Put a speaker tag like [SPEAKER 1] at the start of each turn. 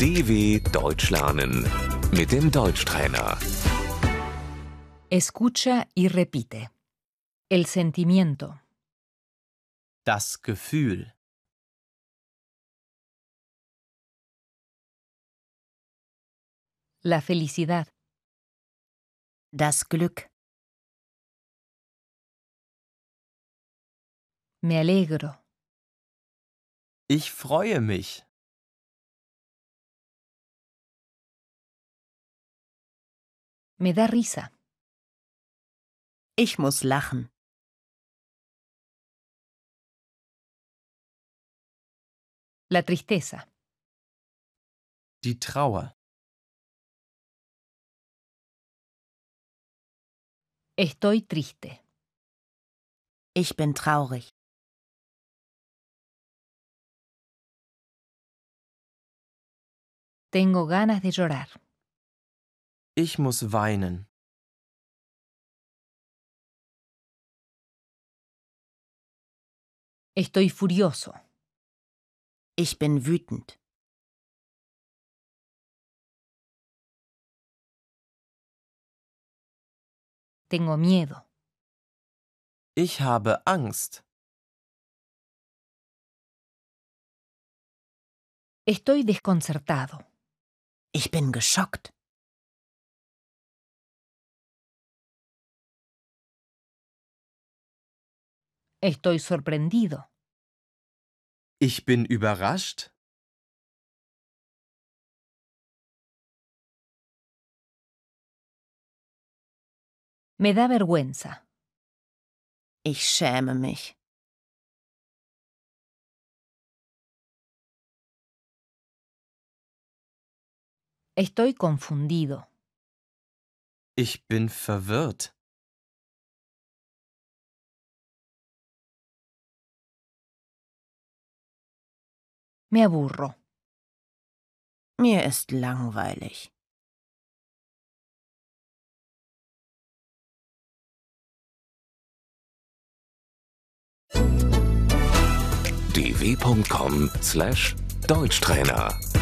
[SPEAKER 1] DW Deutsch lernen mit dem Deutschtrainer.
[SPEAKER 2] Escucha y repite. El sentimiento,
[SPEAKER 3] Das Gefühl.
[SPEAKER 2] la felicidad,
[SPEAKER 4] Das Glück.
[SPEAKER 2] me alegro,
[SPEAKER 3] Ich freue mich.
[SPEAKER 2] me da risa,
[SPEAKER 4] Ich muss lachen.
[SPEAKER 2] la tristeza,
[SPEAKER 3] Die Trauer.
[SPEAKER 2] estoy triste,
[SPEAKER 4] Ich bin traurig.
[SPEAKER 2] tengo ganas de llorar,
[SPEAKER 3] Ich muss weinen.
[SPEAKER 2] estoy furioso,
[SPEAKER 4] Ich bin wütend.
[SPEAKER 2] tengo miedo,
[SPEAKER 3] Ich habe Angst.
[SPEAKER 2] estoy desconcertado,
[SPEAKER 4] Ich bin geschockt.
[SPEAKER 2] estoy sorprendido,
[SPEAKER 3] Ich bin überrascht.
[SPEAKER 2] me da vergüenza,
[SPEAKER 4] Ich schäme mich.
[SPEAKER 2] estoy confundido,
[SPEAKER 3] Ich bin verwirrt.
[SPEAKER 2] me aburro,
[SPEAKER 4] Mir ist langweilig.
[SPEAKER 1] dw.com/deutschtrainer